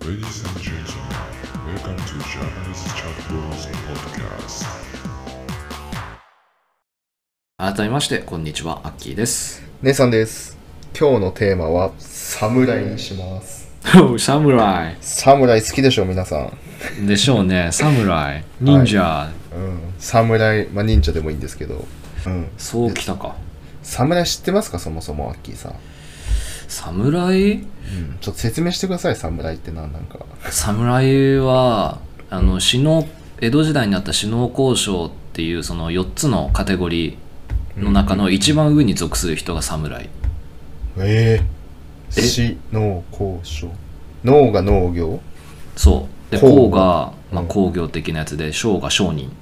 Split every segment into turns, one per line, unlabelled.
Ladies and gentlemen, welcome to Japanese Chat Bros Podcast.
改めましてこんにちはアッキーです
ネイさんです。今日のテーマは侍にします。
侍
侍好きでしょ皆さん。
でしょうね侍忍者、
うん。侍、まあ忍者でもいいんですけど。うん。
そうきたか
侍知ってますかそもそもアッキーさん。
侍
うん。ちょっと説明してください。侍って何なんか。
侍はあの死の江戸時代にあった死能交渉っていうその4つのカテゴリーの中の一番上に属する人が侍
ええ死脳交渉脳が農業
そうで
工
工
具
が、まあ、
うん
工業的なやつで商が商人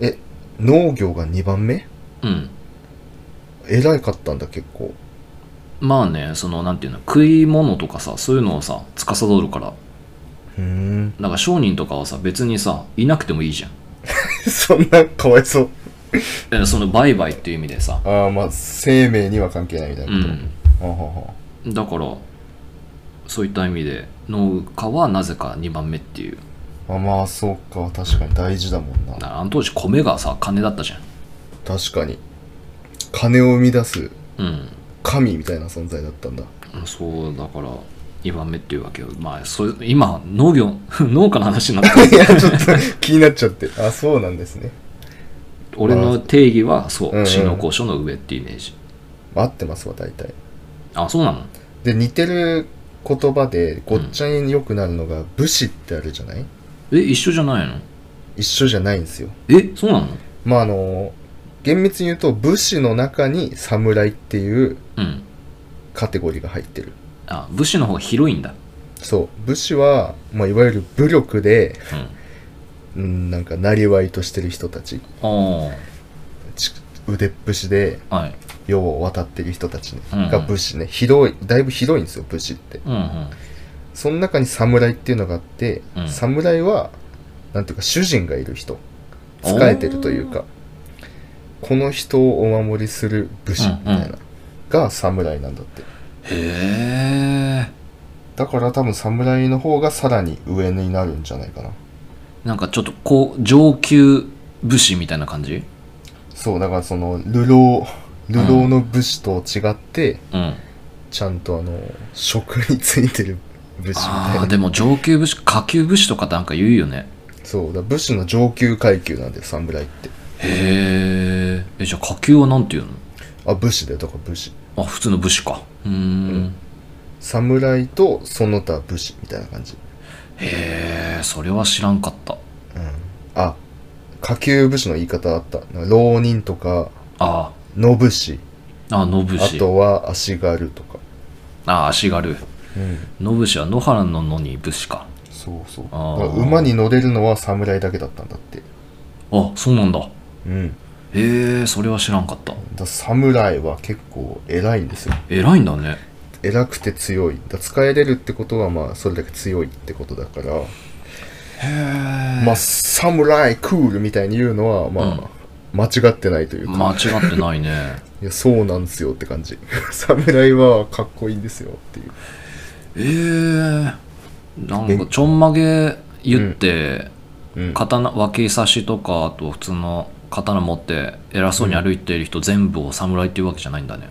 え農業が2番目
うん
偉いかったんだ結構
まあねそのなんていうの食い物とかさそういうのをさ司るから
ふーん
だから商人とかはさ別にさいなくてもいいじゃん
そんなかわいそう
えその売買っていう意味でさ
ああまあ生命には関係ないみたいうなこと、
ん
あはは
だからそういった意味で農家はなぜか2番目っていう
あまあそうか確かに大事だもんな
なあの当時米がさ金だったじゃん
確かに金を生み出す
うん
神みたいな存在だったんだ
そうだから2番目っていうわけよまあそういう今農業 農家の話になった
いやちょっと 気になっちゃってあそうなんですね
俺の定義はそ
うんう
うん死の交渉の上っていうイメージ
合ってますわ大体
あそうなの
で似てる言葉でごっちゃによくなるのが武士ってあるじゃない、
え一緒じゃないの
一緒じゃないんですよ
えそうなの
まああの厳密に言うと武士の中に侍っていう
うん
カテゴリーが入ってる
あ武士の方が広いんだ
そう武士は、まあ、いわゆる武力で、 うん、なんかなりわいとしてる人たち
ああ
ち腕っぷしで
はい
世を渡ってる人たち、ね
うんうん
が武士ね広いだいぶ広いんですよ武士って
うんうん
その中に侍っていうのがあって、
うん
侍はなんていうか主人がいる人仕えてるというかこの人をお守りする武士みたいな、
うんうん
が侍なんだって
へえ
だから多分侍の方がさらに上になるんじゃないかな
なんかちょっとこう上級武士みたいな感じ
そうだからその流浪流浪の武士と違って、
うん
ちゃんとあの職についてる武士みた
あ
い
あ
な
でも上級武士下級武士とかなんか言うよね
そうだから武士の上級階級なんだよ侍って
へえじゃあ下級はなんていう
あ武士だよだから武士
のあ普通の武士かうーんん
侍とその他武士みたいな感じ
へえそれは知らんかった
あ下級武士の言い方あったなんか浪人とか
あ
野武士
ああ野武
あ
士
とは足軽とか
ああ足軽
うん
野武士は野原の野に武士か
そうそうだ
あー
から馬に乗れるのは侍だけだったんだって
あそうなんだへ
うんだ
えそれは知らんかった
から侍は結構偉いんですよ
偉いんだね
偉くて強いだから使えれるってことはまあそれだけ強いってことだから
へえ
まあ侍クールみたいに言うのはまあ、間違ってないというか、
間違ってないね
いやそうなんですよって感じ 侍はかっこいいんですよっていう
ええなんかちょんまげ言って、
うん
刀脇差しとかあと普通の刀持って偉そうに歩いている人全部を侍っていうわけじゃないんだね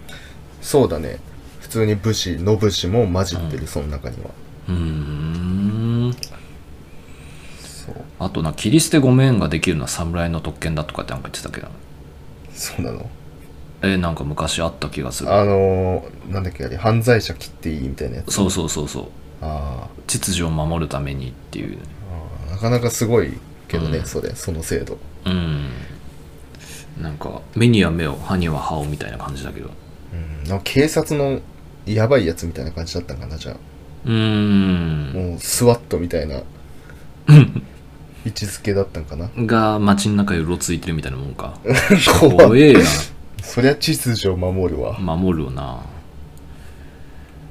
そうだね普通に武士の武士も混じってる、その中には
うーん
そう
あとな切り捨てごめんができるのは侍の特権だとかってなんか言ってたけど
そうなの
えなんか昔あった気がする
あのー、なんだっけあれ犯罪者切っていいみたいなやつ
そうそうそうそう
あー
秩序を守るためにっていう
あーなかなかすごいけどね、
うん
それその制度
うんなんか目には目を歯には歯をみたいな感じだけど
うんなんか警察のやばいやつみたいな感じだったんかなじゃあ
うーん
もうスワットみたいな位置づけだったんかな
が街の中にうろついてるみたいなもん か怖
怖い
えな
そりゃ秩序を守るわ
守るよな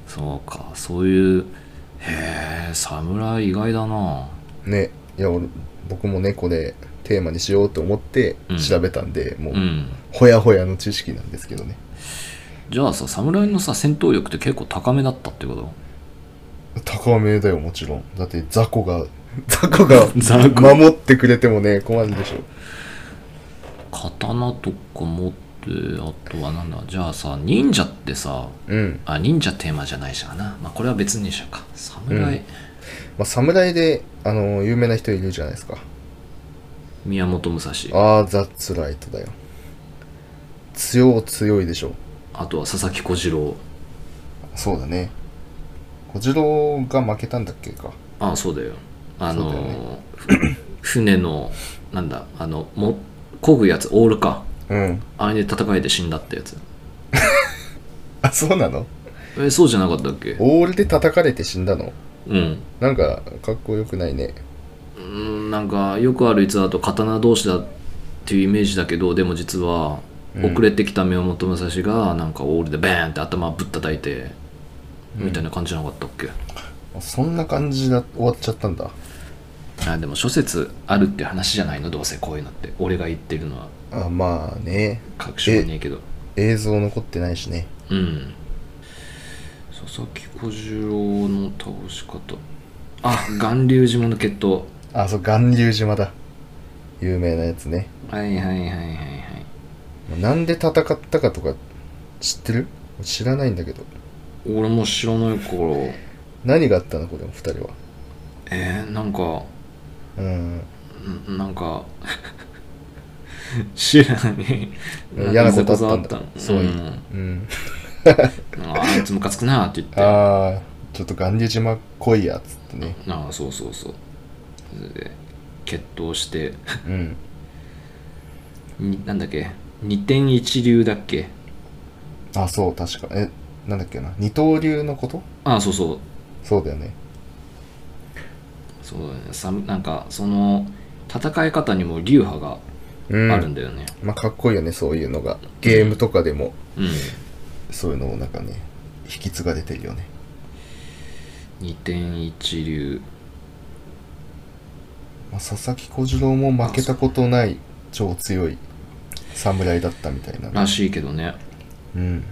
そうかそういうへえ侍意外だな
ねいや俺僕もねこれテーマにしようと思って
うん
調べたんで、もう、
うん
ほやほやの知識なんですけどね
じゃあさ侍のさ戦闘力って結構高めだったってこと
高めだよもちろんだって雑 魚が雑魚が
雑魚
守ってくれてもね困るでしょ
刀とか持ってあとはなんだじゃあさ忍者ってさ
うん、
あ忍者テーマじゃないしかな、まあ、これは別にしようか侍、
うんまあ、侍であの有名な人いるじゃないですか
宮本武蔵あ
ああザッツライトだよ強強いでしょ
とは佐々木小次郎
そうだね小次郎が負けたんだっけか
あそうだよあの
そうだよ
ふ 船のなんだあのも漕ぐやつオールか
うん
あれで戦いで死んだってやつ
あそうなの
えそうじゃなかったっけ
オールで叩かれて死んだの
うん
なんかかっこよくないね
うんなんかよくある逸話だと刀同士だっていうイメージだけどでも実は
うん
遅れてきた宮本武蔵がなんかオールでバーンって頭ぶったたいてみたいな感じじゃなかったっけ、
そんな感じで終わっちゃったんだ
あでも諸説あるって話じゃないのどうせこういうのって俺が言ってるのは
あまあね
確証はねえけど
映像残ってないしね
うん佐々木小次郎の倒し方あ巌流島の決闘
あそう巌流島だ有名なやつね
はいはいはいはいはい
なんで戦ったかとか知ってる知らないんだけど
俺も知らないから
何があったのこれも2人は
えー、なんか
うん
んなんか 知らない
嫌なことあったんだ
なんか
そ
ざこざあったの
ういううん
うんああいつムカつくなって言って
ああちょっと巌流島来いやっつってね
ああそうそうそうそれで決闘して
うん
になんだっけ二点一流だっけ
あそう確かえなんだっけな二刀流のこと
ああそうそう
そうだよね
そうだねさなんかその戦い方にも流派が
うん
あるんだよね
まあかっこいいよねそういうのがゲームとかでも
うん、
そういうのをなんかね引き継がれてるよね
二点一流
まあ、佐々木小次郎も負けたことない超強い侍だったみたいな、
らしいけどね
うん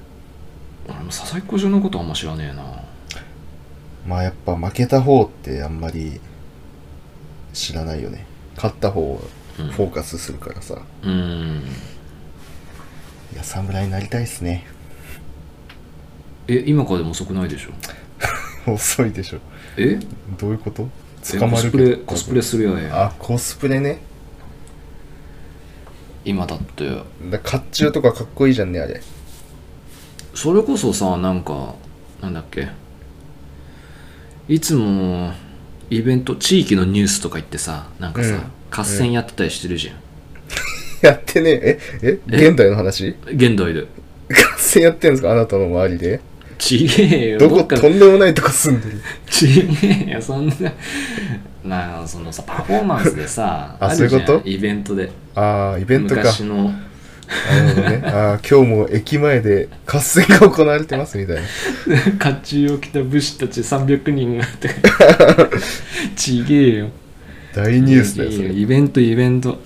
俺も佐々木小次郎のことあんま知らねえな
まあやっぱ負けた方ってあんまり知らないよね勝った方を
うん
フォーカスするからさ、
うん
いや侍になりたいっすね
え今からでも遅くないでしょ
遅いでしょ
え
どういうこと
え
捕
コ
まる
スプ
け
レ
ど
コスプレするやええ
あコスプレね
今だって
だ甲冑とかかっこいいじゃんねあれ
それこそさなんかなんだっけいつもイベント地域のニュースとか行ってさなんかさ、
うん
合戦やってたりしてるじゃん、
やってねえええ現代の話
現代で
合戦やってんですかあなたの周りで
ちげえよ
ど
ど
こ
っか
とんでもないとこ住んでる
ち げえよそんななあそのさパフォーマンスでさ
あ
るじゃん
そういうこと
イベントで
ああイベントか
昔の
なるほどね。ああ、今日も駅前で合戦が行われてますみたいな。
甲冑を着た武士たち300人が ってちげえよ
大ニュースだよ、そ
ちげえ
れ。
イベントイベント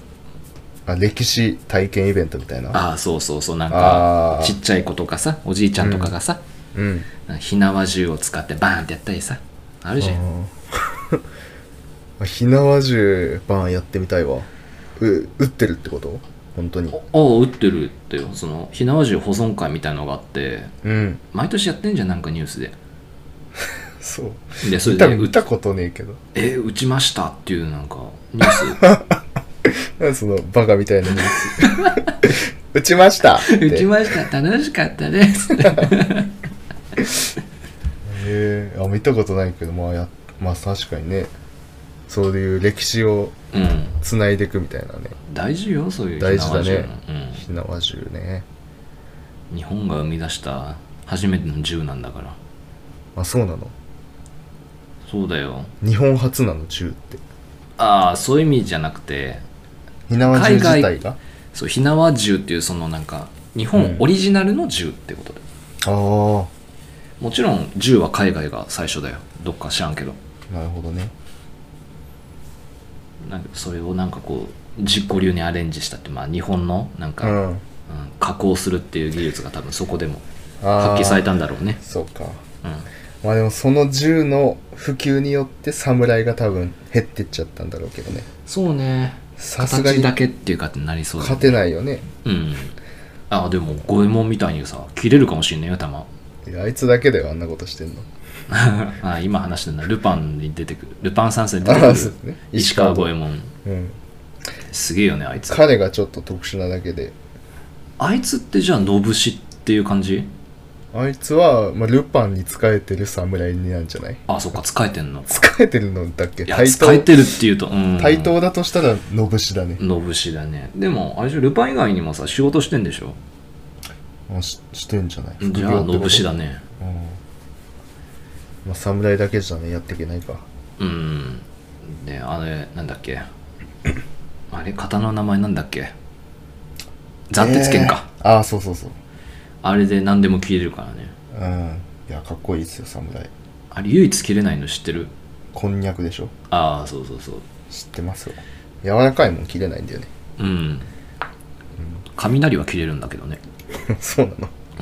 あ、歴史体験イベントみたいな。
ああそうそうそうなん
あ
か
ー
ちっちゃい子とかさおじいちゃんとかがさ、
うん。
火縄銃を使ってバーンってやったりさあるじゃん
あ火縄銃バンやってみたいわ。う、撃ってるってこと本当に。
ああ撃ってるってよその火縄銃保存会みたいのがあって
うん。
毎年やってんじゃんなんかニュースで
そう。
でそれ
見た、
で
見
撃
たことねえけど。
え撃ちましたっていうなんかニュ ー
その、バカみたいなニュース。 撃ちました
ス撃ち
へ
ました楽しかったです
えあ、見たことないけど、まあや、まあ確かにね。そういう歴史を
うん
繋いでいくみたいなね。
大事よそういう
大事だ
銃
ね火縄銃ね。
うん、日本が生み出した初めての銃なんだから
あそうなの
そうだよ
日本初なの銃って
ああそういう意味じゃなくて
火縄銃自体
海
が
そう火縄銃っていうそのなんか日本オリジナルの銃ってことで、
ああ
もちろん銃は海外が最初だよどっか知らんけど
なるほどね
なんかそれをなんかこう実行流にアレンジしたってまあ日本のなん
う
か、うん
ん
加工するっていう技術が多分そこでも
あー
発揮されたんだろうね
そうか
うん
まあでもその銃の普及によって侍が多分減ってっちゃったんだろうけどね
そうね
さすが
形
に
だけっていうかってなりそうだ
勝てないよね
うんあでも五右衛門みたいにさ切れるかもしんないよ弾
いやあいつだけだよあんなことしてんの
あ今話してるのはルパンに出てくるルパン三世に出て
ああ
く
そう
る
ですね
石川五右衛門
うん
すげえよねあいつ
彼がちょっと特殊なだけで
あいつってじゃあ信氏っていう感じ
あいつは、まあ、ルパンに仕えてる侍になんじゃない
あそっか使えてんの
仕えてるのだっけ
いや使えてるっていうとうん
対等だとしたらのぶしだね、
信氏だねでもあれでしょルパン以外にもさ仕事してんでしょ
あししてんじゃない
じゃあ信氏だ
ね、
ね
うんまあ、侍だけじゃねやっていけないか
うんねあれなんだっけ あれ刀の名前なんだっけ斬鉄剣か、、
えーああそうそうそう
あれで何でも切れるからね
うんいやかっこいいですよ侍
あれ唯一切れないの知ってる
こんにゃくでしょ
ああそうそうそう
知ってますよ柔らかいもん切れないんだよね
うん雷は切れるんだけどね
そうな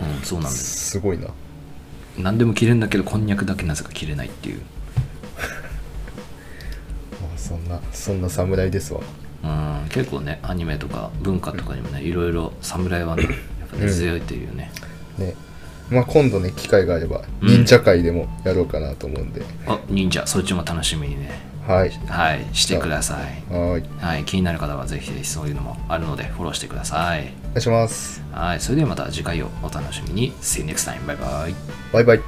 の
うんそうなんです
すごいな
何でも切れるんだけどこんにゃくだけなぜか切れないっていう
まあそんなそんな侍ですわ
うん結構ねアニメとか文化とかにもねいろいろ侍はねやっぱ根強いっていうね、
ねまあ今度ね機会があれば
うん
忍者会でもやろうかなと思うんで、
あ忍者そっちも楽しみにね
はい
はいしてください
はーい
はい、気になる方はぜひぜひそういうのもあるのでフォローしてください。
お願いします
はい、それではまた次回をお楽しみに。See you next time. Bye bye.
バイバイ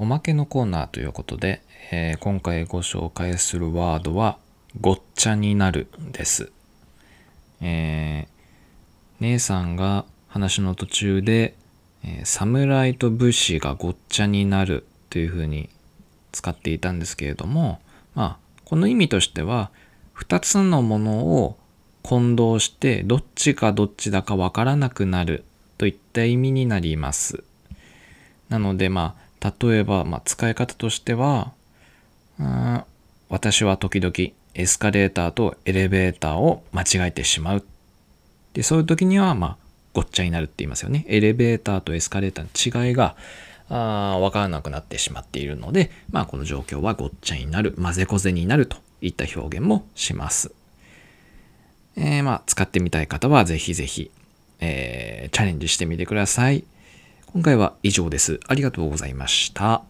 おまけのコーナーということで、えー今回ご紹介するワードは「ごっちゃになる」です、えー姉さんが話の途中で、えー侍と武士がごっちゃになるというふうに使っていたんですけれどもまあこの意味としては2つのものを混同してどっちがどっちだかわからなくなるといった意味になりますなのでまあ例えば、まあ、使い方としてはうーん私は時々エスカレーターとエレベーターを間違えてしまうでそういう時にはまあごっちゃになるって言いますよねエレベーターとエスカレーターの違いがあー分からなくなってしまっているので、まあ、この状況はごっちゃになる混ぜこぜになるといった表現もします、えーまあ使ってみたい方はぜひぜひ、えーチャレンジしてみてください今回は以上です。ありがとうございました。